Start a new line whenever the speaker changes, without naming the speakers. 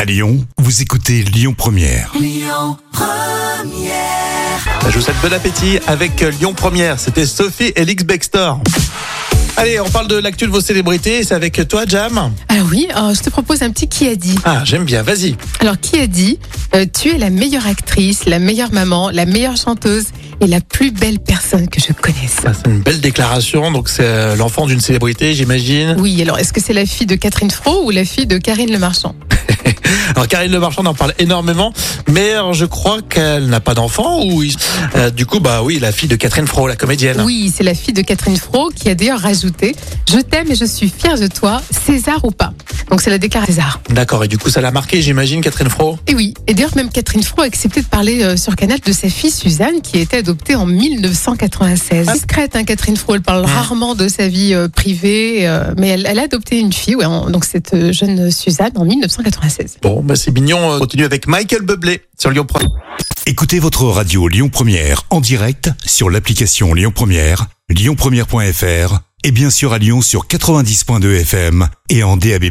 À Lyon, vous écoutez Lyon Première.
Je vous souhaite bon appétit avec Lyon Première. C'était Sophie Elix Bextor. Allez, on parle de l'actu de vos célébrités. C'est avec toi, Jam.
Alors oui, euh, je te propose un petit qui a dit.
Ah, j'aime bien. Vas-y.
Alors qui a dit euh, Tu es la meilleure actrice, la meilleure maman, la meilleure chanteuse et la plus belle personne que je connaisse.
Ah, c'est une belle déclaration. Donc, c'est euh, l'enfant d'une célébrité, j'imagine.
Oui, alors est-ce que c'est la fille de Catherine Fro ou la fille de Karine Le Marchand
Alors, Karine Le Marchand en parle énormément, mais euh, je crois qu'elle n'a pas d'enfant. Ou euh, du coup, bah oui, la fille de Catherine Fro, la comédienne.
Oui, c'est la fille de Catherine Fro qui a d'ailleurs rajouté Je t'aime et je suis fière de toi, César ou pas. Donc c'est la déclaration César.
D'accord. Et du coup, ça l'a marqué, j'imagine, Catherine Fro.
Et oui, et d'ailleurs même Catherine Fro a accepté de parler euh, sur Canal de sa fille Suzanne qui a été adoptée en 1996.
Ah.
Discrète, hein, Catherine Fro, elle parle
Mhm.
rarement de sa vie euh, privée, euh, mais elle, elle a adopté une fille, ouais, en- donc cette euh, jeune Suzanne en 1996.
Bon, bah c'est mignon. Euh, Continue avec Michael Bublé sur Lyon Pro.
Écoutez votre radio Lyon Première en direct sur l'application Lyon Première, lyonpremière.fr et bien sûr à Lyon sur 90.2 FM et en DAB+.